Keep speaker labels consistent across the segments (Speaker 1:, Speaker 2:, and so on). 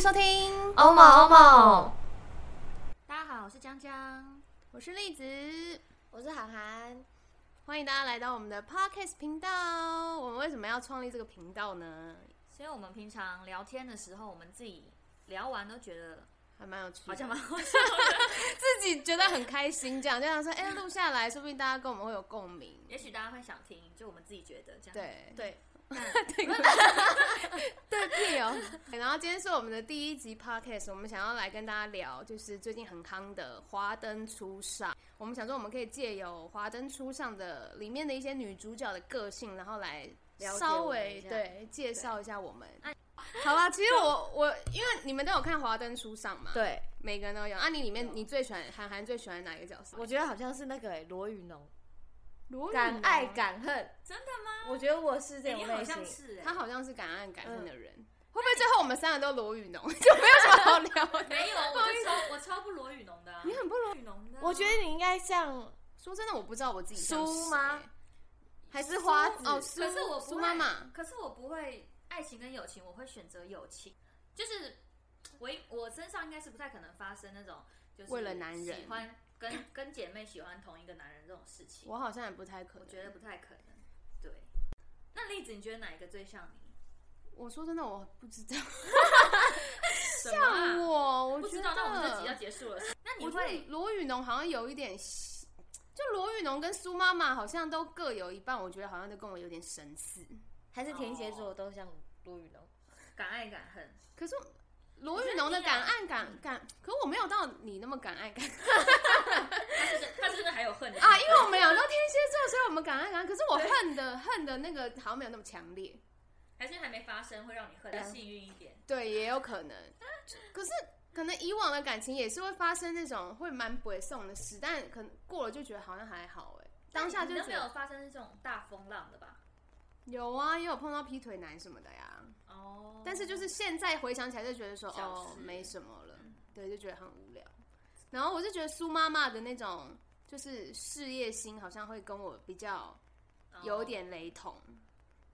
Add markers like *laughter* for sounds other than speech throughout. Speaker 1: 收听
Speaker 2: 欧某欧某。
Speaker 1: 大家好，我是江江，我是栗子，
Speaker 2: 我是涵涵。
Speaker 1: 欢迎大家来到我们的 Podcast 频道。我们为什么要创立这个频道呢？
Speaker 2: 所以我们平常聊天的时候，我们自己聊完都觉得
Speaker 1: 还蛮有趣的，
Speaker 2: 好像蛮好笑的。
Speaker 1: 自己觉得很开心，这样就想说，哎、录下来，说不定大家跟我们会有共鸣。
Speaker 2: *laughs* 也许大家会想听，就我们自己觉
Speaker 1: *laughs*
Speaker 2: 得这样。
Speaker 1: 对
Speaker 2: 对，
Speaker 1: *laughs* 对屁哦！然后今天是我们的第一集 podcast，我们想要来跟大家聊，就是最近很夯的《华灯初上》。我们想说，我们可以借由《华灯初上》的里面的一些女主角的个性，然后来
Speaker 2: 了解我们
Speaker 1: 稍微
Speaker 2: 一下
Speaker 1: 对介绍一下我们
Speaker 2: 哎。
Speaker 1: 好吧，其实我我因为你们都有看《华灯初上》嘛，，
Speaker 3: 对，
Speaker 1: 每个人都有。啊，你里面你最喜欢韩寒最喜欢哪一个角色？
Speaker 3: 我觉得好像是那个诶罗宇农，
Speaker 1: 罗
Speaker 3: 敢爱敢恨，
Speaker 2: 真的吗？
Speaker 3: 我觉得我是这
Speaker 2: 哎你
Speaker 3: 种
Speaker 2: 好
Speaker 3: 类
Speaker 2: 像
Speaker 3: 型。
Speaker 2: 是哎
Speaker 1: 他好像是敢爱敢恨的人。
Speaker 2: 嗯
Speaker 1: 会不会最后我们三个都罗宇农， *laughs* 就没有什么好聊的？
Speaker 2: 没有，我就超我超不罗宇农的啊，
Speaker 1: 你很不
Speaker 2: 罗宇农的啊。
Speaker 3: 我觉得你应该像
Speaker 1: 说真的，我不知道我自己像
Speaker 3: 苏
Speaker 1: 谁
Speaker 3: 吗？还是
Speaker 1: 苏
Speaker 3: 花子
Speaker 1: 哦，苏
Speaker 2: 可是我不
Speaker 1: 苏
Speaker 2: 会
Speaker 1: 妈妈，
Speaker 2: 啊可是我不会爱情跟友情，我会选择友情。就是我一我身上应该是不太可能发生那种，就是
Speaker 1: 为了男人
Speaker 2: 喜欢跟跟姐妹喜欢同一个男人这种事情，
Speaker 1: 我好像也不太可能。
Speaker 2: 我觉得不太可能。对，那栗子，你觉得哪一个最像你？
Speaker 1: 我说真的，我不知道。
Speaker 2: 什么啊、
Speaker 1: 我我
Speaker 2: 不
Speaker 1: 觉
Speaker 2: 知
Speaker 1: 得
Speaker 2: 道，，那我们这集要结束了。那你
Speaker 1: 我觉得
Speaker 2: 会
Speaker 1: 罗宇农好像有一点像，就罗宇农跟苏妈妈好像都各有一半，我觉得好像都跟我有点神似。
Speaker 3: 还是天蝎座都像罗宇农，
Speaker 2: 敢爱敢恨？
Speaker 1: 可是罗宇农的敢爱敢敢，可我没有到你那么敢爱敢
Speaker 2: 他
Speaker 1: *laughs*
Speaker 2: 是不是他是不是还有恨的
Speaker 1: 啊，因为我们有到天蝎座，所以我们敢爱敢恨。可是我恨的恨的那个好像没有那么强烈。
Speaker 2: 还是还没发生会让你恨？比较幸运一点。
Speaker 1: 对，也有可能。可是可能以往的感情也是会发生那种会蛮不会送的事，但可能过了就觉得好像还好哎、当下就
Speaker 2: 你
Speaker 1: 觉
Speaker 2: 都没有
Speaker 1: 得
Speaker 2: 发生这种大风浪的吧？
Speaker 1: 有啊，也有碰到劈腿男什么的呀。
Speaker 2: 哦，
Speaker 1: 但是就是现在回想起来就觉得说
Speaker 2: 小
Speaker 1: 哦
Speaker 2: 事
Speaker 1: 没什么了，
Speaker 2: 嗯
Speaker 1: 对，就觉得很无聊。然后我就觉得苏妈妈的那种就是事业心好像会跟我比较
Speaker 2: 哦
Speaker 1: 有点雷同，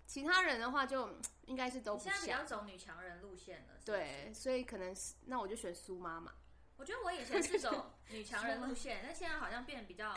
Speaker 1: 其他人的话就嗯应该是都
Speaker 2: 你
Speaker 1: 不
Speaker 2: 现在比较
Speaker 1: 像。
Speaker 2: 走女强人路线了，是不是，
Speaker 1: 对，所以可能是那我就选苏妈妈。
Speaker 2: 我觉得我以前是走女强人
Speaker 1: *laughs*
Speaker 2: 路线，但现在好像变得比较，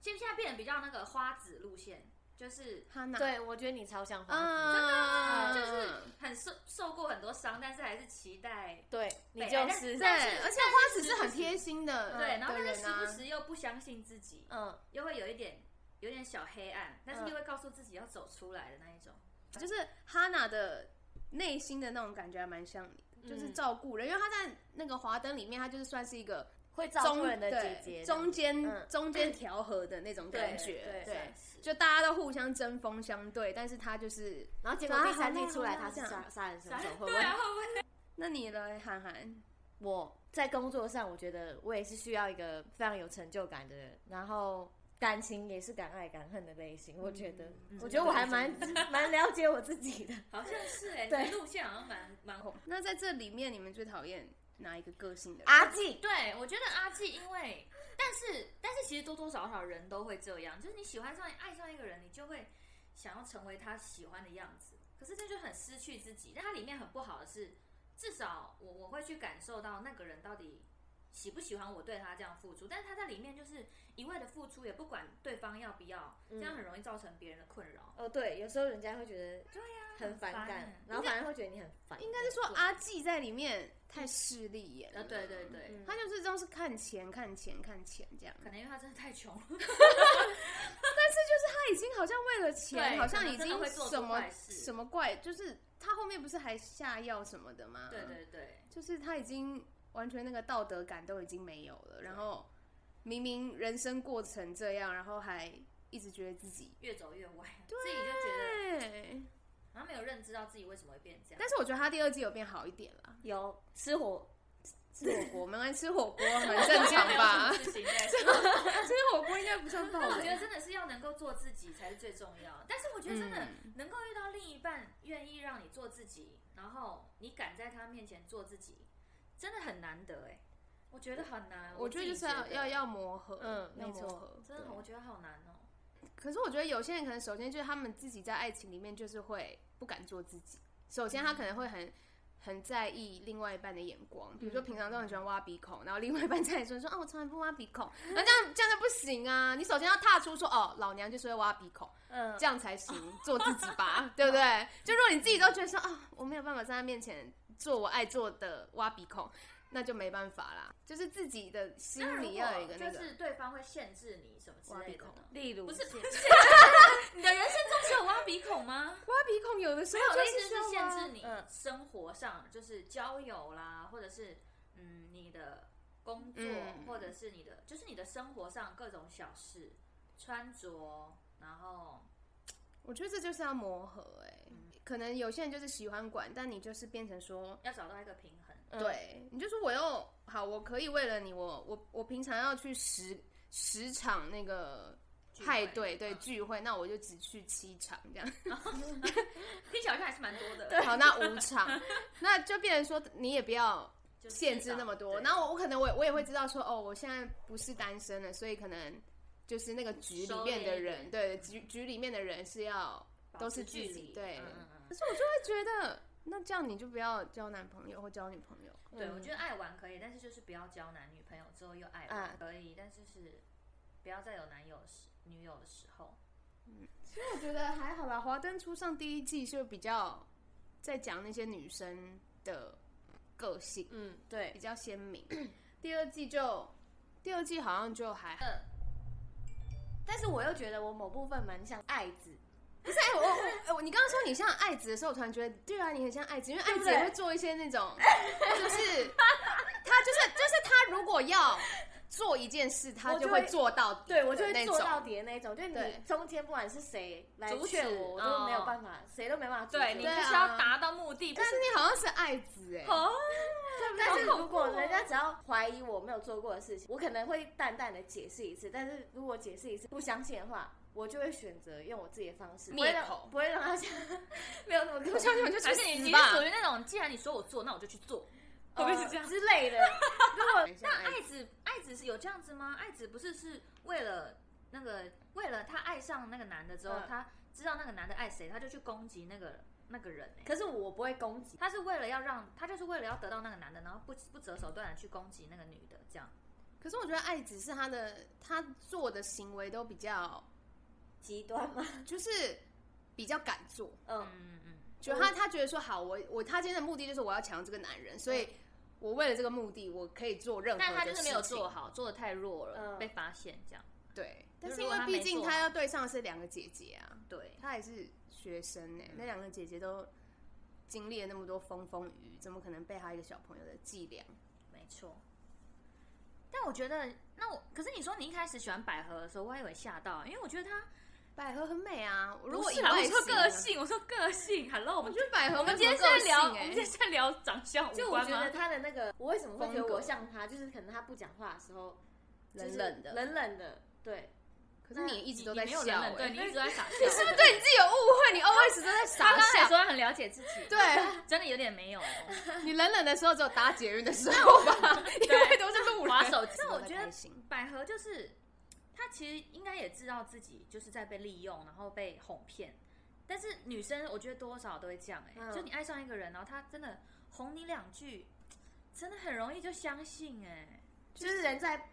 Speaker 2: 现现在变得比较那个花子路线，就是
Speaker 1: 哈娜，
Speaker 3: 对我觉得你超
Speaker 2: 哦
Speaker 3: 像花子，
Speaker 1: 啊，
Speaker 2: 就是很受受过很多伤，但是还是期待
Speaker 3: 对你
Speaker 2: 北
Speaker 3: 就
Speaker 2: 但
Speaker 3: 是
Speaker 1: 对，
Speaker 2: 但是
Speaker 3: *laughs*
Speaker 1: 而且花子是很贴心的，
Speaker 2: 对，然后
Speaker 1: 的
Speaker 2: 但是
Speaker 1: 人
Speaker 2: 时不
Speaker 1: 啊，
Speaker 2: 时又不相信自己，
Speaker 3: 嗯，
Speaker 2: 又会有一点有点小黑暗，但是又会告诉自己要走出来的那一种。
Speaker 1: 就是哈娜的内心的那种感觉还蛮像
Speaker 3: 嗯
Speaker 1: 你的，就是
Speaker 2: 嗯
Speaker 1: 照顾人，因为她在那个华灯里面，她就是算是一个
Speaker 3: 会照顾
Speaker 1: 中
Speaker 3: 人的姐
Speaker 1: 对
Speaker 3: 姐，
Speaker 1: 中间、
Speaker 3: 嗯
Speaker 1: 中间调和的那种感觉，
Speaker 2: 对
Speaker 1: 对
Speaker 2: 算。是
Speaker 1: 就大家都互相针锋相对，但是她就是，
Speaker 3: 然后结果
Speaker 1: 啊
Speaker 3: 第三季
Speaker 1: 好
Speaker 3: 出来
Speaker 1: 那
Speaker 3: 他是
Speaker 1: 那这
Speaker 3: 杀
Speaker 1: 样
Speaker 3: 杀人凶手，会不
Speaker 2: 对啊，
Speaker 3: 会？
Speaker 2: 会不会
Speaker 1: 那你呢，涵涵？
Speaker 3: 我在工作上，我觉得我也是需要一个非常有成就感的人，然后感情也是敢爱敢恨的类型。我觉得，
Speaker 2: 嗯
Speaker 3: 我觉得我还蛮蛮了解我自己的。
Speaker 2: 好像是哎，你
Speaker 3: 对
Speaker 2: 的路线好像蛮蛮红。
Speaker 1: 那在这里面，你们最讨厌哪一个个性的人？
Speaker 3: 阿纪，
Speaker 2: 对，我觉得阿纪，因为但是但是其实多多少少人都会这样，就是你喜欢上爱上一个人，你就会想要成为他喜欢的样子，可是这就很失去自己。但它里面很不好的是，至少我我会去感受到那个人到底喜不喜欢我对他这样付出，但是他在里面就是一味的付出，也不管对方要不要，这样
Speaker 1: 嗯
Speaker 2: 很容易造成别人的困扰。
Speaker 3: 哦，对，有时候人家会觉得对呀、很反
Speaker 2: 很烦
Speaker 3: 感
Speaker 2: 欸，
Speaker 3: 然后反而会觉得你很烦。应
Speaker 1: 应该是说阿纪在里面太势利
Speaker 2: *laughs*
Speaker 1: 眼了，
Speaker 2: 啊，对对对，
Speaker 3: 嗯
Speaker 1: 他就是都是看钱、看钱、看钱这样，
Speaker 2: 可能因为他真的太穷了。
Speaker 1: 他已经好像为了钱，
Speaker 2: 对
Speaker 1: 好像已
Speaker 2: 可能真的
Speaker 1: 经
Speaker 2: 会做出
Speaker 1: 什么
Speaker 2: 坏事
Speaker 1: 什么怪，就是他后面不是还下药什么的吗？
Speaker 2: 对，对对，
Speaker 1: 就是他已经完全那个道德感都已经没有了，然后明明人生过成这样，然后还一直觉得自己
Speaker 2: 越走越歪，自己就觉得
Speaker 1: 对，
Speaker 2: 好像没有认知到自己为什么会变这样。？
Speaker 1: 但是我觉得他第二季有变好一点啦，
Speaker 3: 有吃火，
Speaker 1: 吃火锅没关系，吃火锅很正常吧 *laughs*
Speaker 2: 事情在
Speaker 1: 吃火锅应该不算暴
Speaker 2: 但我觉得
Speaker 1: 雷。
Speaker 2: 真的是要能够做自己才是最重要。但是我觉得
Speaker 1: 嗯
Speaker 2: 真的能够遇到另一半愿意让你做自己，然后你敢在他面前做自己，真的很难得哎、我觉得很难。
Speaker 1: 我觉得就是要要
Speaker 2: 要，
Speaker 1: 要磨合，
Speaker 3: 嗯
Speaker 1: 要
Speaker 3: 没错
Speaker 1: 磨合。
Speaker 2: 真的我觉得好难哦、
Speaker 1: 可是我觉得有些人可能首先就是他们自己在爱情里面就是会不敢做自己，首先他可能会很、很在意另外一半的眼光，比如说平常都很喜欢挖鼻孔，然后另外一半在说说啊，我从来不挖鼻孔，那这样这样就不行啊！你首先要踏出说哦，老娘就是会挖鼻孔，
Speaker 3: 嗯，
Speaker 1: 这样才行，做自己吧，对不对？就如果你自己都觉得说啊，我没有办法在他面前做我爱做的挖鼻孔，那就没办法啦。就是自己的
Speaker 2: 那
Speaker 1: 心
Speaker 2: 如
Speaker 1: 里要有一
Speaker 2: 果
Speaker 1: 个那
Speaker 2: 就
Speaker 1: 个，
Speaker 2: 是对方会限制你什么之类的
Speaker 1: 挖鼻
Speaker 2: 呢？
Speaker 3: 例如
Speaker 2: 不是， *laughs* 你的人生中只有挖鼻孔吗？
Speaker 1: 挖鼻孔有的时
Speaker 2: 没
Speaker 1: 候
Speaker 2: 有，
Speaker 1: 就
Speaker 2: 我意思
Speaker 1: 需要
Speaker 2: 是限
Speaker 1: 挖
Speaker 2: 制你
Speaker 3: 嗯
Speaker 2: 生活上，就是交友啦，或者是嗯你的工作，
Speaker 1: 嗯
Speaker 2: 或者是你的就是你的生活上各种小事，穿着，然后
Speaker 1: 我觉得这就是要磨合、哎、
Speaker 2: 嗯
Speaker 1: 可能有些人就是喜欢管，但你就是变成说，
Speaker 2: 要找到一个平衡。
Speaker 3: 嗯
Speaker 1: 对，你就说我又好，我可以为了你，我我我平常要去十十场那个
Speaker 2: 聚会
Speaker 1: 派对对
Speaker 2: 嗯
Speaker 1: 聚会，那我就只去七场这样。 *laughs*
Speaker 2: 听起来好像还是蛮多的，
Speaker 1: 好，那五场，那就变成说你也不要
Speaker 2: 就
Speaker 1: 限制那么多。然后我我可能我也我也会知道说，哦，我现在不是单身了，所以可能就是那个局里
Speaker 2: 收敛
Speaker 1: 面的
Speaker 2: 一
Speaker 1: 人，
Speaker 2: 点
Speaker 1: 对局局里面的人是要都是
Speaker 2: 距
Speaker 1: 自己
Speaker 2: 离，
Speaker 1: 对
Speaker 2: 嗯嗯
Speaker 1: 可是我就会觉得，那这样你就不要交男朋友或交女朋友。
Speaker 2: 嗯，对，我觉得爱玩可以，但是就是不要交男女朋友之后又爱玩
Speaker 1: 嗯
Speaker 3: 啊
Speaker 2: 可以，但是是不要再有男友时女友的时候。
Speaker 1: 其实我觉得还好啦，《华灯初上》第一季就比较在讲那些女生的个性，
Speaker 3: 嗯，对，
Speaker 1: 比较鲜明。 *coughs* 第二季就第二季好像就还
Speaker 2: 嗯
Speaker 1: 好，
Speaker 3: 但是我又觉得我某部分蛮像爱子，
Speaker 1: 不是哎、我我我你刚刚说你像爱子的时候，我突然觉得对啊，你很像爱子，因为爱子
Speaker 3: 对
Speaker 1: 也会做一些那种，就是他就是就是他如果要做一件事，他
Speaker 3: 我就
Speaker 1: 就会
Speaker 3: 会
Speaker 1: 做到底
Speaker 3: 对我就
Speaker 1: 的
Speaker 3: 会
Speaker 1: 那
Speaker 3: 做
Speaker 1: 种
Speaker 3: 到底的那种，就是
Speaker 1: 对
Speaker 3: 你中间不管是谁来
Speaker 2: 阻止
Speaker 3: 劝我，我
Speaker 2: 哦
Speaker 3: 都没有办法，谁都没办法阻止
Speaker 2: 对
Speaker 3: 我。
Speaker 2: 你就
Speaker 1: 对
Speaker 2: 是
Speaker 1: 啊
Speaker 2: 要达到目的，不
Speaker 1: 但是
Speaker 2: 是
Speaker 1: 你好像是爱子哎、
Speaker 2: 哦，
Speaker 3: 但是
Speaker 2: 好恐
Speaker 3: 如果
Speaker 2: 怖哦
Speaker 3: 人家只要怀疑我没有做过的事情，我可能会淡淡的解释一次，但是如果解释一次不相信的话，我就会选择用我自己的方式，不会
Speaker 1: 灭
Speaker 3: 让
Speaker 1: 口
Speaker 3: 不会让他想 *laughs* 没有那么
Speaker 1: 不相信我就
Speaker 2: 而
Speaker 1: 去
Speaker 2: 且你
Speaker 1: 死
Speaker 2: 你
Speaker 1: 吧
Speaker 2: 是！属于那种，既然你说我做，那我就去做，会不会是这样
Speaker 3: 呃？之类的。如果
Speaker 1: 那
Speaker 2: 那爱子爱子是有这样子吗？爱子不是是为了那个为了她爱上那个男的之后，
Speaker 3: 嗯
Speaker 2: 她、知道那个男的爱谁，她就去攻击那个那个人、欸。
Speaker 3: 可是我不会攻击，
Speaker 2: 她是为了要让她就是为了要得到那个男的，然后不不择手段的去攻击那个女的，这样
Speaker 1: 可是我觉得爱子是他的，他做的行为都比较，
Speaker 3: 极端吗？
Speaker 1: 就是比较敢做。
Speaker 3: 嗯，
Speaker 2: 嗯嗯
Speaker 1: 就他他觉得说好，我我他今天的目的就是我要抢这个男人，所以我为了这个目的，我可以做任
Speaker 2: 嗯，
Speaker 1: 何的
Speaker 2: 但她就是没有
Speaker 1: 事情
Speaker 2: 做。好，做的太弱了，
Speaker 3: 嗯
Speaker 2: 被发现这样。
Speaker 1: 对，
Speaker 2: 就
Speaker 1: 但是
Speaker 2: 如
Speaker 1: 因
Speaker 2: 果
Speaker 1: 为
Speaker 2: 他
Speaker 1: 毕
Speaker 2: 没
Speaker 1: 竟
Speaker 2: 做
Speaker 1: 他
Speaker 2: 好
Speaker 1: 要对上是两个姐姐啊，
Speaker 2: 对，嗯
Speaker 1: 他也是学生呢、那两个姐姐都经历了那么多风风雨雨，怎么可能被他一个小朋友的伎俩？
Speaker 2: 没错。但我觉得，那我可是你说你一开始喜欢百合的时候，我还以为吓到，啊因为我觉得她
Speaker 1: 百合很美啊，如
Speaker 2: 不
Speaker 1: 果以
Speaker 2: 是啦
Speaker 1: 外嗯
Speaker 2: 我说
Speaker 1: 形
Speaker 2: 个
Speaker 1: 呢，
Speaker 2: 性，我说个性，Hello，我们
Speaker 1: 我觉得百合
Speaker 2: 我们今天是在
Speaker 1: 欸
Speaker 2: 聊，我们今天是在聊长相无
Speaker 3: 嗯就我
Speaker 2: 关
Speaker 3: 觉
Speaker 2: 吗
Speaker 3: 得？他的那个，我为什么会觉得
Speaker 1: 风格
Speaker 3: 我像他，就是可能他不讲话的时候，就
Speaker 1: 冷
Speaker 3: 是
Speaker 1: 冷的，
Speaker 3: 冷冷的，对，
Speaker 1: 可是你一直都在
Speaker 2: 你没
Speaker 1: 笑、
Speaker 2: 有
Speaker 1: 欸，*laughs*
Speaker 2: 冷冷对你一直都在傻笑。
Speaker 1: 你是不是对你自己有误会？你 always 都在
Speaker 2: 他
Speaker 1: 傻
Speaker 2: 刚才 *laughs*
Speaker 1: 笑。
Speaker 2: 说他很了解自己，
Speaker 1: 对
Speaker 2: 真的有点没有哦。
Speaker 1: *laughs* 你冷冷的时候，只有打捷运的时候吧， *laughs* 因为都是路
Speaker 2: 滑
Speaker 1: *laughs* 人。
Speaker 2: 手机，
Speaker 1: 那
Speaker 2: 我觉得百合就是她其实应该也知道自己就是在被利用，然后被哄骗。但是女生我觉得多少都会这样哎、
Speaker 3: 嗯
Speaker 2: 就你爱上一个人，然后他真的哄你两句，真的很容易就相信哎、
Speaker 3: 就是人在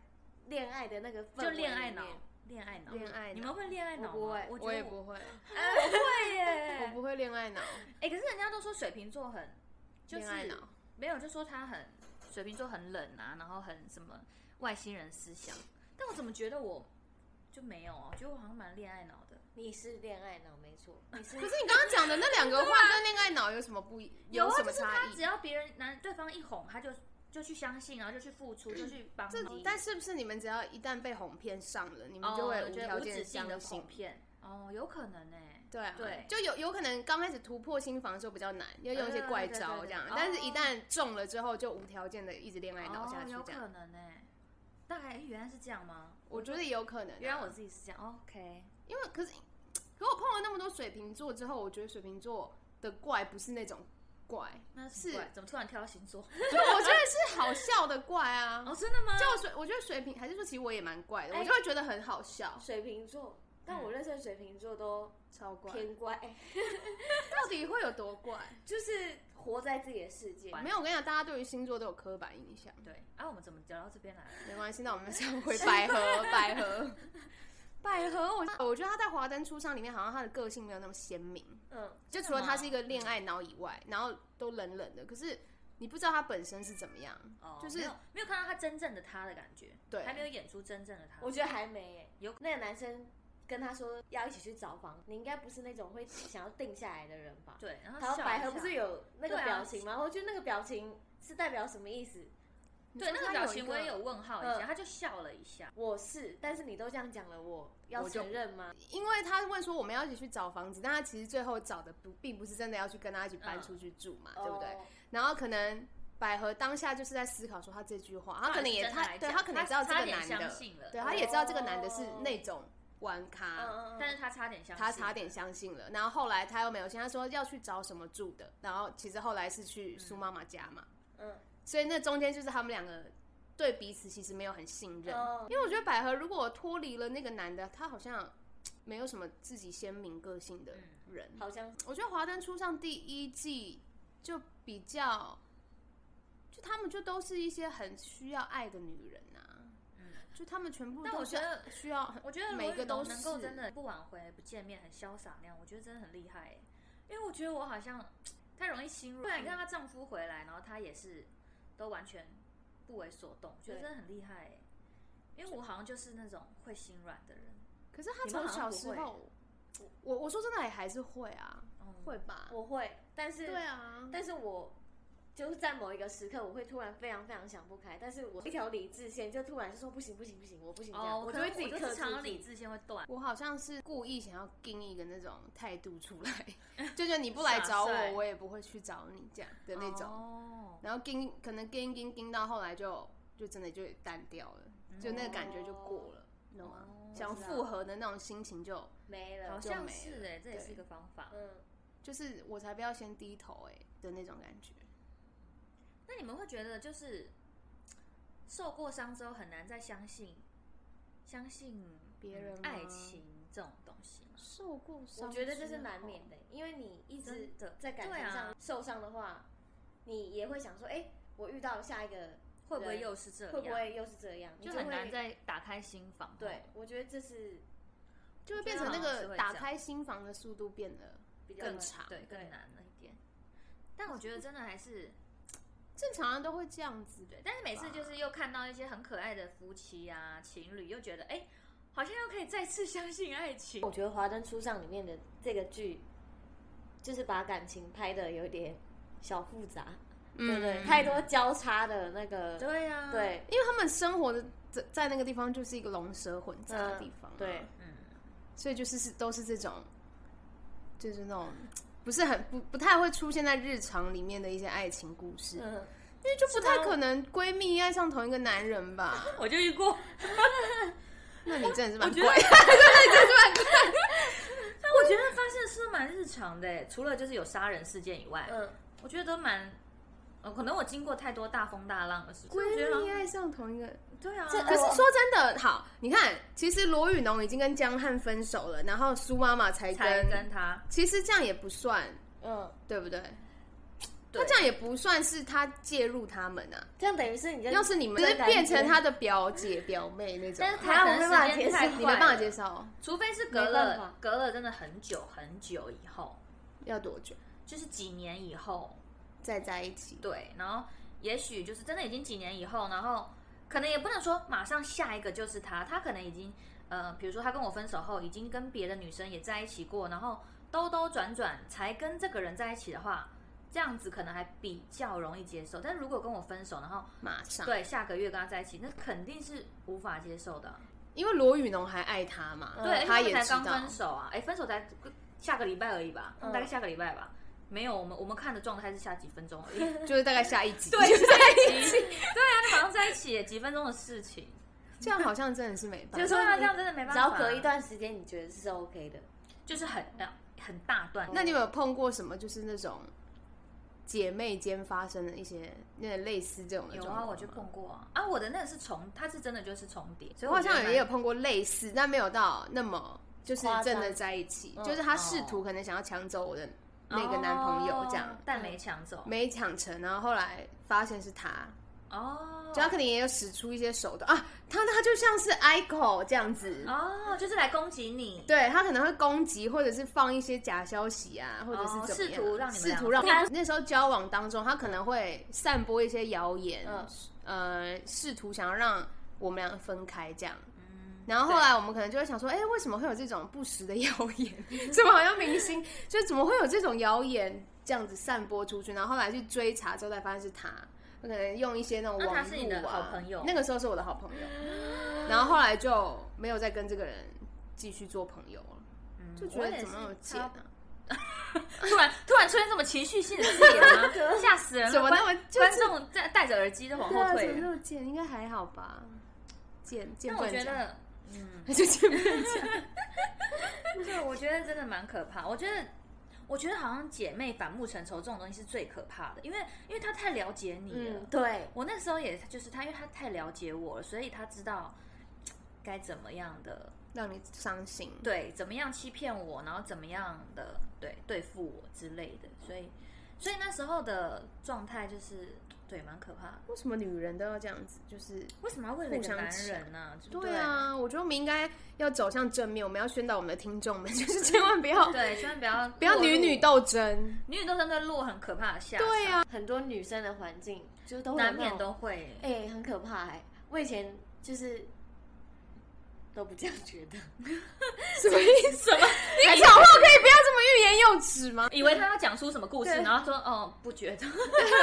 Speaker 3: 恋爱的那个氛围
Speaker 2: 就恋爱
Speaker 3: 里面
Speaker 2: 脑，恋爱脑，
Speaker 1: 恋爱脑
Speaker 2: 你们会恋爱脑吗？
Speaker 3: 我不会
Speaker 2: 我觉得
Speaker 1: 我也不会，
Speaker 2: 会耶、
Speaker 1: 我不会恋爱脑，
Speaker 2: *laughs* 哎、可是人家都说水瓶座很，就是
Speaker 1: 恋爱脑。
Speaker 2: 没有，就说他很水瓶座很冷啊，然后很什么外星人思想。但我怎么觉得我就没有哦？觉得我好像蛮恋爱脑的，
Speaker 3: 你是恋爱脑没错，你是
Speaker 1: 可是你刚刚讲的那两个话跟恋爱脑有什么不一？
Speaker 2: 啊，
Speaker 1: 什
Speaker 2: 就
Speaker 1: 么
Speaker 2: 是
Speaker 1: 差
Speaker 2: 他只
Speaker 1: 异？
Speaker 2: 要别人男对方一哄，他就就去相信，然后就去付出，就去帮
Speaker 1: 这
Speaker 2: 你。
Speaker 1: 但是不是你们只要一旦被哄骗上了，你们
Speaker 2: 哦
Speaker 1: 就会
Speaker 2: 我
Speaker 1: 无
Speaker 2: 觉得
Speaker 1: 条
Speaker 2: 无止
Speaker 1: 件
Speaker 2: 境
Speaker 1: 相
Speaker 2: 的
Speaker 1: 信
Speaker 2: 哄？骗哦，有可能呢、
Speaker 1: 对啊，
Speaker 2: 对
Speaker 1: 就有有可能刚开始突破心防的时候比较难，要用一些怪招这样，
Speaker 2: 对对对对对
Speaker 1: 但是一旦中了之后，就无条件的一直恋爱脑下
Speaker 2: 哦，
Speaker 1: 去
Speaker 2: 有
Speaker 1: 这样。
Speaker 2: 可能呢、大概诶原来是这样吗？
Speaker 1: 我觉得有可能啊、
Speaker 2: 原来我自己是这样。OK，
Speaker 1: 因为可是，可我碰了那么多水瓶座之后，我觉得水瓶座的怪不是那种 *laughs* 怪，
Speaker 2: 那
Speaker 1: 是
Speaker 2: 是怪怎么突然跳到
Speaker 1: *laughs*
Speaker 2: 星座？
Speaker 1: 就我觉得是好笑的怪啊。
Speaker 2: 哦，真的吗？
Speaker 1: 就我水，我觉得水瓶还是说，其实我也蛮怪的，
Speaker 3: 哎
Speaker 1: 我就会觉得很好笑。
Speaker 3: 水瓶座，但我认识的水瓶座都
Speaker 1: 超怪，
Speaker 3: 偏乖，
Speaker 1: 到底会有多怪？
Speaker 3: 就是活在自己的世界。
Speaker 1: 没有，我跟你讲，大家对于星座都有刻板印象。
Speaker 2: 对，啊，我们怎么聊到这边来了？
Speaker 1: 没关系，那我们先回百合，
Speaker 2: *laughs*
Speaker 1: 百合，百合。 *laughs* 我我觉得他在《华灯初上》里面，好像他的个性没有那么鲜明，
Speaker 3: 嗯，
Speaker 1: 就除了他是一个恋爱脑以外，然后都冷冷的，可是你不知道他本身是怎么样。
Speaker 2: 哦，
Speaker 1: 就是
Speaker 2: 没有没有看到他真正的他的感觉，
Speaker 1: 对
Speaker 2: 还没有演出真正的他。
Speaker 3: 我觉得还没耶。
Speaker 2: 有
Speaker 3: 那个男生跟他说要一起去找房，你应该不是那种会想要定下来的人吧？
Speaker 2: 对，然后
Speaker 3: 然后
Speaker 2: 笑
Speaker 3: 百
Speaker 2: 一
Speaker 3: 合
Speaker 2: 下
Speaker 3: 不是有那个
Speaker 2: 对啊
Speaker 3: 表情吗？我觉得那个表情是代表什么意思？
Speaker 2: 对那个表情，我也
Speaker 1: 有，嗯
Speaker 2: 有问号一下，他就笑了一下。
Speaker 3: 我是，但是你都这样讲了，我要
Speaker 1: 我就
Speaker 3: 承认吗？
Speaker 1: 因为他问说我们要一起去找房子，但他其实最后找的不并不是真的要去跟他一起
Speaker 2: 嗯
Speaker 1: 搬出去住嘛，对不对？
Speaker 3: 哦？
Speaker 1: 然后可能百合当下就是在思考说他这句话，他可能也
Speaker 2: 到
Speaker 1: 他
Speaker 2: 底是真的还是
Speaker 1: 对
Speaker 2: 假
Speaker 1: 他可能也知道这
Speaker 2: 差
Speaker 1: 个
Speaker 2: 点
Speaker 1: 男
Speaker 2: 相
Speaker 1: 的，
Speaker 2: 信了，
Speaker 1: 对，他也知道这个男的是那种玩
Speaker 3: 嗯
Speaker 1: 咖，
Speaker 3: 嗯嗯，
Speaker 2: 啊但是他差点相信，
Speaker 1: 他差点相信了。然后后来他又没有信，他说要去找什么住的，然后其实后来是去苏妈妈家嘛，
Speaker 3: 嗯
Speaker 1: 所以那中间就是他们两个对彼此其实没有很信任，
Speaker 3: 哦
Speaker 1: 因为我觉得百合如果脱离了那个男的，他好像嘖没有什么自己鲜明个性
Speaker 2: 嗯
Speaker 1: 的人。
Speaker 3: 好像
Speaker 1: 我觉得《华灯初上》第一季就比较，就他们就都是一些很需要爱的女人啊，
Speaker 2: 嗯
Speaker 1: 就他们全部
Speaker 2: 但
Speaker 1: 都
Speaker 2: 我
Speaker 1: 是
Speaker 2: 觉得
Speaker 1: 需要很
Speaker 2: *laughs* 我觉得
Speaker 1: 每
Speaker 2: 罗
Speaker 1: 一个
Speaker 2: 宇
Speaker 1: 都
Speaker 2: 农
Speaker 1: 是
Speaker 2: 能够真的不挽回、不见面、很潇洒那样，我觉得真的很厉害耶。因为我觉得我好像太容易心软。对啊，你看她丈夫回来，然后她也是都完全不为所动，我觉得
Speaker 3: 对
Speaker 2: 真的很厉害耶。欸因为我好像就是那种会心软的人，
Speaker 1: 可是他
Speaker 2: 你
Speaker 1: 从
Speaker 2: 们好像
Speaker 1: 小
Speaker 2: 不
Speaker 1: 时
Speaker 2: 会
Speaker 1: 候，我我我说真的也还是会啊，
Speaker 2: 嗯
Speaker 1: 会吧？
Speaker 3: 我会，但是
Speaker 1: 对啊，
Speaker 3: 但是我就是在某一个时刻，我会突然非常非常想不开，但是我一条理智线就突然就说不行不行不行，我不行这样，
Speaker 2: 哦，我
Speaker 3: 就
Speaker 2: 可
Speaker 3: 会
Speaker 2: 能
Speaker 3: 自
Speaker 2: 我
Speaker 3: 己克
Speaker 2: 是常
Speaker 3: 制
Speaker 2: 常
Speaker 3: 自己
Speaker 2: 理智线会断。
Speaker 1: 我好像是故意想要定一个那种态度出来，
Speaker 2: *laughs*
Speaker 1: 就觉得你不来找
Speaker 2: 耍帅
Speaker 1: 我，我也不会去找你这样的那种。
Speaker 2: 哦，
Speaker 1: 然后盯可能盯盯盯到后来就就真的就淡掉了，就那个
Speaker 2: 嗯
Speaker 1: 感觉就过了，你懂吗？
Speaker 2: 哦
Speaker 1: 想复合的那种心情就
Speaker 3: 没了，
Speaker 2: 好
Speaker 1: 就
Speaker 2: 像
Speaker 1: 没
Speaker 2: 是
Speaker 1: 了
Speaker 2: 哎，这也是
Speaker 1: 对
Speaker 2: 一个方法。
Speaker 3: 嗯，
Speaker 1: 就是我才不要先低头哎、的那种感觉。
Speaker 2: 那你们会觉得就是受过伤之后很难再相信相信
Speaker 1: 别人吗
Speaker 2: 嗯爱情这种东西吗？
Speaker 1: 受过伤，
Speaker 3: 我觉得这是难免的。，因为你一直
Speaker 2: 啊真的
Speaker 3: 在感
Speaker 2: 对
Speaker 3: 情
Speaker 2: 啊
Speaker 3: 上受伤的话，你也会想说，哎、我遇到下一个
Speaker 2: 会不会
Speaker 3: 人
Speaker 2: 又是这样？
Speaker 3: 会不会又是这样？你
Speaker 2: 就
Speaker 3: 会
Speaker 2: 很难再打开心房？哦
Speaker 3: 对，，我觉得这是
Speaker 1: 就会变成那
Speaker 2: 我觉得好像是
Speaker 1: 个
Speaker 2: 会
Speaker 1: 打
Speaker 2: 这样
Speaker 1: 开心房的速度变得
Speaker 3: 比较
Speaker 1: 更长。
Speaker 2: 对，更难了一点。但我觉得真的还是
Speaker 1: 正常人都会这样子的。
Speaker 2: 对，但是每次就是又看到一些很可爱的夫妻啊、情侣，又觉得哎、好像又可以再次相信爱情。
Speaker 3: 我觉得《华灯初上》里面的这个剧，就是把感情拍的有点小复杂，对不对？太多交叉的那个，
Speaker 2: 对啊，，
Speaker 3: 对，
Speaker 1: 因为他们生活的在在那个地方就是一个龙蛇混杂的地方、啊
Speaker 3: 嗯对，
Speaker 2: 嗯， *laughs*
Speaker 1: 所以就是是都是这种，就是那种不是很不不太会出现在日常里面的一些爱情故事，因
Speaker 3: 嗯，
Speaker 1: 为就不太可能闺蜜爱上同一个男人吧？
Speaker 2: 我就遇过，
Speaker 1: *laughs* 那你真的是蛮怪
Speaker 2: 我
Speaker 1: 的，
Speaker 2: 但我觉得发现是蛮日常的耶，除了就是有杀人事件以外，
Speaker 3: 嗯，
Speaker 2: 我觉得都蛮，呃，可能我经过太多大风大浪的事情，我觉得
Speaker 1: 闺
Speaker 2: 好
Speaker 1: 蜜
Speaker 2: 像
Speaker 1: 爱上同一个。
Speaker 2: 对啊，
Speaker 1: 可是说真的，好，你看，其实罗宇农已经跟江汉分手了，然后苏妈妈才
Speaker 2: 才
Speaker 1: 跟，
Speaker 2: 跟他，
Speaker 1: 其实这样也不算，
Speaker 3: 嗯，
Speaker 1: 对不对？
Speaker 2: 对
Speaker 1: 他这样也不算是他介入他们啊，
Speaker 3: 这样等于是你在
Speaker 1: 要是你们
Speaker 3: 在
Speaker 1: 是
Speaker 3: 感
Speaker 1: 变成
Speaker 3: 觉
Speaker 1: 他的表姐表妹那种，
Speaker 2: 但是
Speaker 3: 啊
Speaker 2: 他可
Speaker 3: 我没办法
Speaker 2: 能时
Speaker 3: 接
Speaker 2: 间
Speaker 3: 受
Speaker 2: 太
Speaker 1: 你没办法接
Speaker 2: 受，
Speaker 1: 受，
Speaker 2: 除非是隔
Speaker 3: 没办法
Speaker 2: 了隔了真的很久很久以后，
Speaker 1: 要多久
Speaker 2: 就是几年以后，
Speaker 1: 再在一起？
Speaker 2: 对，然后也许就是真的已经几年以后，然后可能也不能说马上下一个就是他，他可能已经呃，比如说他跟我分手后，已经跟别的女生也在一起过，然后兜兜转转才跟这个人在一起的话，这样子可能还比较容易接受。但如果跟我分手，然后
Speaker 1: 马上，
Speaker 2: 对下个月跟他在一起，那肯定是无法接受的啊。
Speaker 1: 因为罗宇农还爱他嘛，
Speaker 3: 嗯
Speaker 2: 对，
Speaker 1: 他
Speaker 2: 而且
Speaker 1: 也
Speaker 2: 他们
Speaker 1: 知
Speaker 2: 才刚
Speaker 1: 道
Speaker 2: 分，手啊，哎，分手才下个礼拜而已吧，
Speaker 3: 嗯
Speaker 2: 大概下个礼拜吧。没有，我们我们看的状态是下几分钟而已。 *laughs*
Speaker 1: 就是大概下一集，
Speaker 2: 对，在一起，对啊，你马上在一起耶，几分钟的事情，
Speaker 1: *laughs* 这样好像真的是没办
Speaker 3: 就
Speaker 1: 法。
Speaker 3: 是
Speaker 2: 对啊，
Speaker 3: 你
Speaker 2: 这样真的没办法。
Speaker 3: 只要隔一，段时间，你觉得是 OK 的，
Speaker 2: 就是很呃很大段。
Speaker 1: 那你有没有碰过什么就是那种姐妹间发生的一些那类似这种的
Speaker 2: 有
Speaker 1: 状
Speaker 2: 啊，
Speaker 1: 况？
Speaker 2: 我就。碰过啊，啊，我的那个是重，它是真的就是重叠，所以
Speaker 1: 我好
Speaker 2: 觉得
Speaker 1: 像
Speaker 2: 蛮
Speaker 1: 也有。碰过类似，但没有到那么就是
Speaker 3: 夸张
Speaker 1: 真的在一起，
Speaker 3: 嗯
Speaker 1: 就是他试图可能想要抢走我的那个男朋友这样嗯
Speaker 2: 哦，但没抢走
Speaker 1: 没抢成，然后后来发现是他，
Speaker 2: 哦，
Speaker 1: 就他可能也有使出一些手段啊，他他就像是 Ico 这样子，
Speaker 2: 哦，就是来攻击你，
Speaker 1: 对他可能会攻击，或者是放一些假消息啊，或者是怎么样，
Speaker 2: 哦试图让你们
Speaker 1: 试图
Speaker 2: 两
Speaker 1: 让他
Speaker 2: 个嗯
Speaker 1: 那时候交往当中，他可能会散播一些谣言，
Speaker 3: 嗯
Speaker 1: 呃，试图想要让我们两个分开这样。
Speaker 2: 嗯
Speaker 1: 然后后来我们可能就会想说，哎、为什么会有这种不实的谣言？ *laughs* 怎么好像明星，就怎么会有这种谣言这样子散播出去？然后后来去追查之后，才发现是他，可能用一些那种
Speaker 2: 那
Speaker 1: 网
Speaker 2: 他
Speaker 1: 络
Speaker 2: 是你的
Speaker 1: 啊，
Speaker 2: 好朋友
Speaker 1: 那个时候是我的好朋
Speaker 2: *laughs*
Speaker 1: 友，然后后来就没有再跟这个人继续做朋友了，
Speaker 2: 嗯
Speaker 1: 就觉
Speaker 2: 我
Speaker 1: 得
Speaker 2: 也
Speaker 1: 怎么那
Speaker 2: 是
Speaker 1: 么贱
Speaker 2: 差
Speaker 1: 啊？
Speaker 2: 突然突然出现这么情绪性的字眼
Speaker 1: *laughs*
Speaker 2: 吗？吓死人了！
Speaker 1: 怎么那
Speaker 2: 观
Speaker 1: 么就
Speaker 2: 观
Speaker 1: 是
Speaker 2: 众在戴着耳机都往
Speaker 1: 对啊
Speaker 2: 后
Speaker 1: 怎
Speaker 2: 退
Speaker 1: 么那
Speaker 2: 了。
Speaker 1: 么贱？应该还好吧？贱贱
Speaker 2: 但我
Speaker 1: 笨
Speaker 2: 觉
Speaker 1: 讲，
Speaker 2: 得，
Speaker 1: *laughs*
Speaker 2: 嗯，
Speaker 1: 就贱笨讲。
Speaker 2: 对，我觉得真的蛮可怕。我觉得，我觉得好像姐妹反目成仇这种东西是最可怕的，因为因为她太了解你了。
Speaker 1: 嗯
Speaker 3: 对，
Speaker 2: 我那时候也就是她，因为她太了解我了，所以她知道嘖该怎么样的
Speaker 1: 让你伤心，
Speaker 2: 对，怎么样欺骗我，然后怎么样的对对付我之类的。所以，所以那时候的状态就是对，蛮可怕的。
Speaker 1: 为什么女人都要这样子？就是
Speaker 2: 为什么要为了一
Speaker 1: 互
Speaker 2: 个
Speaker 1: 相
Speaker 2: 男
Speaker 1: 抢
Speaker 2: 人呢、不
Speaker 1: 对，啊，我觉得我们应该要走向正面，我们要宣导我们的听众们， *laughs* 就是千万不要
Speaker 2: 对，千万不要不
Speaker 1: 不要女女斗争。
Speaker 2: 女女斗争对路很可怕的下场，
Speaker 1: 对啊，
Speaker 3: 很多女生的环境就是都会有
Speaker 2: 难免
Speaker 3: 那种
Speaker 2: 都会。
Speaker 3: 哎、很可怕哎、我以前就是都不这样觉得，
Speaker 1: *laughs* 什么意思？
Speaker 2: 什么？
Speaker 1: 你讲话可以不要这么欲言又止 *laughs* 吗？
Speaker 2: 以为他要讲出什么故事，
Speaker 1: 对
Speaker 2: 然后说哦不觉得，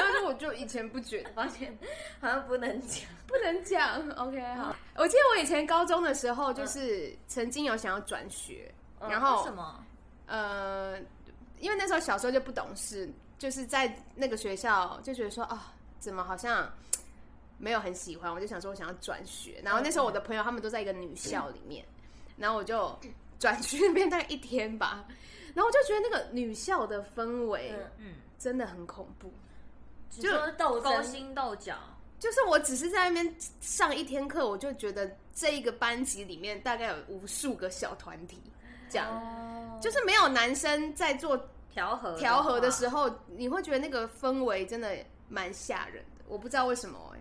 Speaker 1: 但是我就以前不觉得，
Speaker 3: 发现好像不能讲。
Speaker 1: 不能讲。OK，好。嗯我记得我以前高中的时候，就是曾经有想要转学，然
Speaker 2: 嗯为
Speaker 1: 后
Speaker 2: 什么？
Speaker 1: 呃，因为那时候小时候就不懂事，就是在那个学校就觉得说，哦，怎么好像没有很喜欢，我就想说我想要转学。然后那时候我的朋友他们都在一个女校里面，然后我就转去那边大概一天吧， *laughs* 然后我就觉得那个女校的氛围
Speaker 3: 嗯
Speaker 2: 嗯，
Speaker 1: 真的很恐怖。
Speaker 2: 就
Speaker 3: 说斗争
Speaker 2: 勾心斗角，
Speaker 1: 就是我只是在那边上一天课，我就觉得这一个班级里面大概有无数个小团体，这样、
Speaker 2: 哦，
Speaker 1: 就是没有男生在做
Speaker 2: 调和
Speaker 1: 调和的时
Speaker 2: 候，
Speaker 1: 候，你会觉得那个氛围真的蛮吓人的，我不知道为什么哎、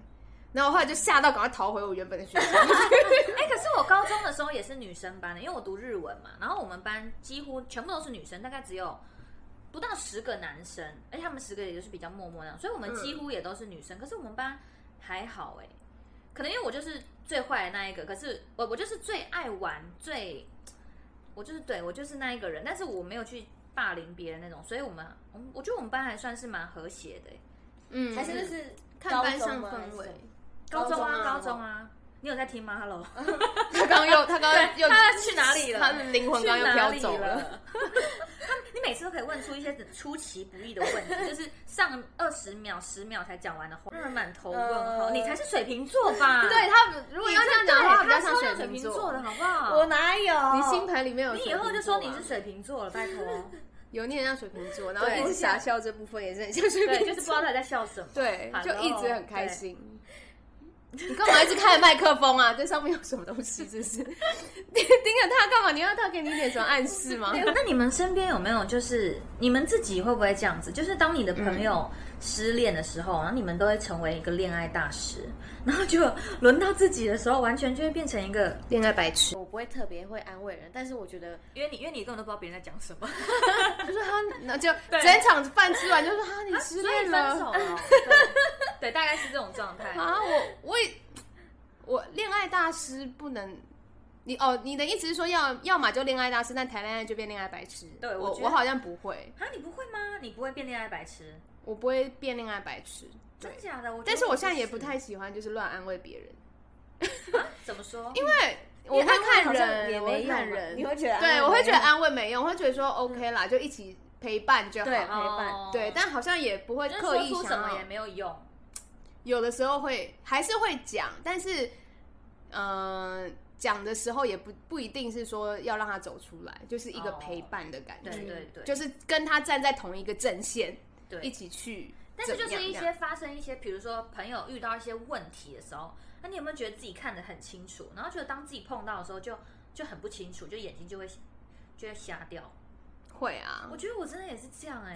Speaker 1: 然后我后来就吓到，赶快逃回我原本的学校。 *laughs*
Speaker 2: 哎，可是我高中的时候也是女生班的，因为我读日文嘛，然后我们班几乎全部都是女生，大概只有。不到十个男生，而且他们十个也就是比较默默那样，所以我们
Speaker 1: 嗯
Speaker 2: 几乎也都是女生。可是我们班还好哎、可能因为我就是最坏的那一个，可是我我就是最爱玩，最我就是对我就是那一个人，但是我没有去霸凌别人那种，所以我们我们我觉得我们班还算是蛮和谐的欸、
Speaker 1: 嗯，
Speaker 3: 还是就是
Speaker 1: 看班上
Speaker 3: 高中吗
Speaker 1: 氛围。
Speaker 2: 高中啊，
Speaker 3: 高
Speaker 2: 高
Speaker 3: 中啊
Speaker 2: 中啊，你有在听吗？Hello，
Speaker 1: 他刚刚又他刚刚又
Speaker 2: 他去哪里了
Speaker 1: 他的灵魂刚刚又
Speaker 2: 去哪
Speaker 1: 飘
Speaker 2: 里
Speaker 1: 走了。
Speaker 2: 了。 *laughs* 你每次都可以问出一些出其不意的问 *laughs* 题，就是上二十秒、十秒才讲完的话，让人满头问号。
Speaker 3: 呃
Speaker 2: 你才是水瓶座吧？
Speaker 1: 对他如果要这样讲的话，比较像
Speaker 2: 超
Speaker 1: 水
Speaker 2: 像水
Speaker 1: 瓶
Speaker 2: 瓶
Speaker 1: 座
Speaker 2: 座的。好不好？
Speaker 3: 我哪有？
Speaker 1: 你星盘里面有
Speaker 2: 你
Speaker 1: 水
Speaker 2: 以
Speaker 1: 瓶座吗，
Speaker 2: 后就说你是水瓶座了，拜 *laughs* 托。
Speaker 1: 有念像水瓶座，然后
Speaker 2: 对
Speaker 1: 一直傻笑这部分也是很像水
Speaker 2: 对，
Speaker 1: 瓶
Speaker 2: 就是不知
Speaker 1: 座
Speaker 2: 道，他在笑 *laughs* 什么。
Speaker 1: 对，就
Speaker 2: Hello，
Speaker 1: 一直很开心。 *laughs* 你干嘛一直开着麦克风啊？这上面有什么东西？这是盯 *laughs* 盯着他干嘛？你要他给你一点什么暗示吗？
Speaker 2: 那你们身边有没有就是你们自己会不会这样子？就是当你的朋友失恋的时候，然后你们都会成为一个恋爱大师，然后就轮到自己的时候，完全就会变成一个，
Speaker 1: *laughs* 恋爱白痴，
Speaker 3: 我不会特别会安慰人，但是我觉得
Speaker 2: 因为你因为你根本都不知道别人在讲什么，
Speaker 1: 他说他，那就
Speaker 2: 对
Speaker 1: 整场饭吃完就说哈，你失
Speaker 2: 所以
Speaker 1: 恋
Speaker 2: 分手
Speaker 1: 了
Speaker 2: *laughs* 了。对，大概是这种状态。
Speaker 1: 啊？我我也我恋爱大师不能。你哦，你的意思是说要要么就恋爱大师，但谈恋爱就变恋爱白痴？
Speaker 2: 对
Speaker 1: 我
Speaker 2: 我觉得
Speaker 1: 我好像不会，
Speaker 2: 啊，你不会吗？你不会变恋爱白痴？
Speaker 1: 我不会变恋爱白痴。
Speaker 2: 真假的？我觉得
Speaker 1: 但是我现在也
Speaker 2: 是
Speaker 1: 不太喜欢，就是乱安慰别人，
Speaker 2: 啊怎么说，因
Speaker 1: 因
Speaker 2: 为
Speaker 1: 为我会看人，
Speaker 3: 也
Speaker 1: 我会
Speaker 3: 没
Speaker 1: 看
Speaker 3: 用嘛
Speaker 1: 人，
Speaker 3: 你会觉得
Speaker 1: 对，
Speaker 3: 安慰
Speaker 1: 我会觉得
Speaker 3: 没用
Speaker 1: 安慰没用，我会觉得说
Speaker 2: 嗯
Speaker 1: OK 啦，就一起陪伴就好。
Speaker 3: 对
Speaker 1: 对，
Speaker 3: 陪伴
Speaker 1: 但好像也不会
Speaker 2: 哦就是
Speaker 1: 刻
Speaker 2: 说
Speaker 1: 意
Speaker 2: 出什
Speaker 1: 想
Speaker 2: 么
Speaker 1: 要
Speaker 2: 也，没有用。
Speaker 1: 有的时候会还是会讲，但是嗯。讲的时候也不不一定是说要让他走出来，就是一个
Speaker 2: 哦
Speaker 1: 陪伴的感觉，
Speaker 2: 对对对
Speaker 1: 嗯就是跟他站在同一个阵线，
Speaker 2: 对
Speaker 1: 一起去
Speaker 2: 但
Speaker 1: 怎
Speaker 2: 是
Speaker 1: 么
Speaker 2: 就
Speaker 1: 样。
Speaker 2: 是一
Speaker 1: 这
Speaker 2: 些
Speaker 1: 样
Speaker 2: 发生一些，比如说朋友啊遇到一些问题的时候，那你有没有觉得自己看得很清楚？然后觉得当自己碰到的时候就，就很不清楚，就眼睛就会就会瞎掉。
Speaker 1: 会啊
Speaker 2: 我，觉得我真的也是这样哎、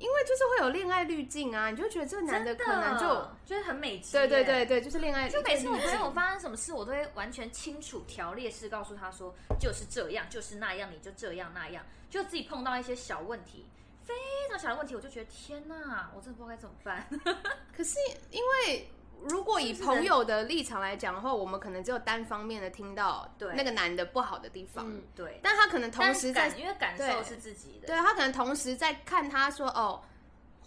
Speaker 1: 因为就是会有恋爱滤镜啊，你就觉得这个男的可能就
Speaker 2: 就是很美肌、
Speaker 1: 对对对。对，就是恋爱。
Speaker 2: 就每次我
Speaker 1: 对滤
Speaker 2: 朋
Speaker 1: 镜
Speaker 2: 友发生什么事，我都会完全清楚条列式告诉他说，就是这样，就是那样，你就这样那样。就自己碰到一些小问题，非常小的问题，我就觉得天哪，我真的不知道该怎么
Speaker 1: *laughs*
Speaker 2: 办。
Speaker 1: 可是因为如果以
Speaker 2: 是不是
Speaker 1: 朋友的立场来讲的话，我们可能只有单方面的听到
Speaker 2: 对
Speaker 1: 那个男的不好的地方，
Speaker 3: 嗯
Speaker 2: 对，
Speaker 1: 但他可能同时在
Speaker 2: 但感因为感受是自己的，
Speaker 1: 对他可能同时在看他说哦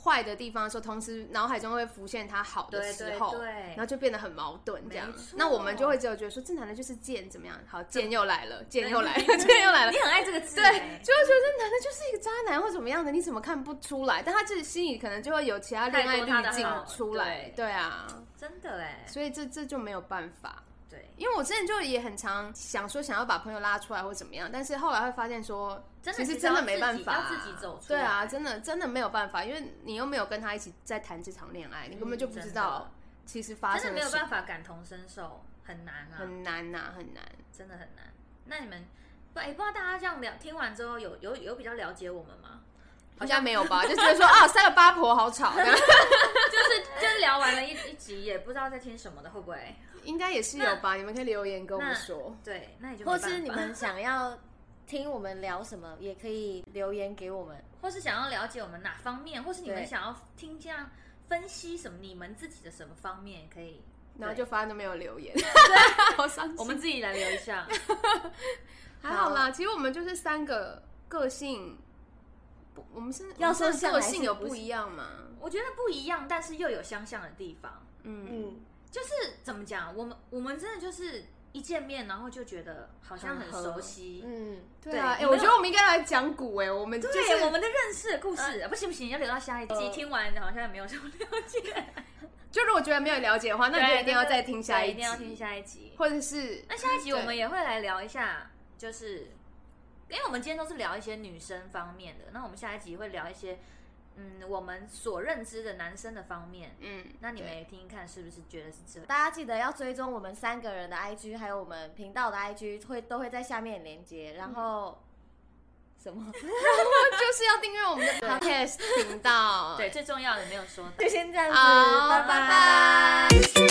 Speaker 1: 坏的地方的时候，同时脑海中会浮现他好的
Speaker 2: 对
Speaker 1: 时
Speaker 2: 对
Speaker 1: 候，
Speaker 2: 对
Speaker 1: 然后就变得很矛盾这样
Speaker 2: 没错。
Speaker 1: 那我们就会只有觉得说这男的就是贱怎么样？好，贱又来
Speaker 2: *laughs*
Speaker 1: 了，贱又来了， *laughs* 贱又来了
Speaker 2: 你。很爱这个字、
Speaker 1: 对，就会觉得这男的就是一个渣男或怎么样的，你怎么看不出来？但他自己心里可能就会有其他恋爱
Speaker 2: 太多他的
Speaker 1: 滤镜
Speaker 2: 好
Speaker 1: 出来，
Speaker 2: 对
Speaker 1: 对啊，
Speaker 2: 真的哎，
Speaker 1: 所以这这就没有办法。
Speaker 2: 对，
Speaker 1: 因为我之前就也很常想说想要把朋友拉出来或怎么样，但是后来会发现说，
Speaker 2: 真的
Speaker 1: 其实
Speaker 2: 其实
Speaker 1: 真的
Speaker 2: 要
Speaker 1: 没
Speaker 2: 自
Speaker 1: 办
Speaker 2: 己
Speaker 1: 法，
Speaker 2: 要自己走出
Speaker 1: 对啊，
Speaker 2: 来
Speaker 1: 真的真的没有办法，因为你又没有跟他一起在谈这场恋爱，你根本就不知道其实发
Speaker 2: 嗯真
Speaker 1: 生了
Speaker 2: 的，真的没有
Speaker 1: 什么，嗯
Speaker 2: 办法感同身受，很难啊，
Speaker 1: 很难呐、很难。
Speaker 2: 真的很难。那你们不也、不知道大家这样聊听完之后有有有比较了解我们吗？
Speaker 1: 好像没有吧，就觉得说啊，三个八婆好吵，这样 *laughs*
Speaker 2: 就是就是聊完了一一集，也不知道在听什么的，会不会？
Speaker 1: 应该也是有吧？你们可以留言跟我们
Speaker 2: 那
Speaker 1: 说。
Speaker 2: 对，那也就没
Speaker 3: 或
Speaker 2: 办
Speaker 3: 是你
Speaker 2: 法
Speaker 3: *laughs* 们想要听我们聊什么，也可以留言给我们。
Speaker 2: 或是想要了解我们哪方面，或是你们
Speaker 3: 对
Speaker 2: 想要听这样分析什么你们自己的什么方面，可以
Speaker 1: 然后就发现都没有留
Speaker 2: *laughs*
Speaker 1: 言， *laughs* 好伤心。
Speaker 2: 我们自己来聊一下。
Speaker 1: 还好啦，其实我们就是三个个性，不，我们是
Speaker 3: 要说
Speaker 1: 我们三个个
Speaker 3: 像还
Speaker 1: 性
Speaker 3: 是
Speaker 1: 有
Speaker 3: 不
Speaker 1: 不
Speaker 3: 是
Speaker 1: 一样嘛？
Speaker 2: *laughs* 我觉得不一样，但是又有相像的地方。
Speaker 1: 嗯，
Speaker 3: 嗯，
Speaker 2: 就是怎么讲，我们我们真的就是一见面，然后就觉得好像很熟悉。
Speaker 3: 嗯，
Speaker 1: 对啊，哎、
Speaker 2: 对
Speaker 1: 我觉得我们应该来讲古哎、我们就
Speaker 2: 对，
Speaker 1: 是呃
Speaker 2: 我们的认识的故事，不行不行，要留到下一季。
Speaker 3: 呃
Speaker 2: 听完好像也没有什么 *laughs* 了解，
Speaker 1: 就如果觉得没有了解的话，那你就一定要再听下
Speaker 2: 对
Speaker 1: 一
Speaker 2: 一
Speaker 1: 集，
Speaker 2: 定要听下一集。哎
Speaker 1: 或者是
Speaker 2: 那下一集
Speaker 1: 对
Speaker 2: 我们也会来聊一下，就是因为我们今天都是聊一些女生方面的，那我们下一集会聊一些嗯我们所认知的男生的方面。
Speaker 1: 嗯，
Speaker 2: 那你们也听听看，是不是觉得是这样？
Speaker 3: 大家记得要追踪我们三个人的 IG，还有我们频道的 IG，会都会在下面连接。然后、什么？ *laughs*
Speaker 1: 就是要订阅我们的 podcast 频道，
Speaker 2: 对，最重要的没有说到。
Speaker 3: 就先这样子，
Speaker 1: 好，
Speaker 3: 拜
Speaker 1: 拜拜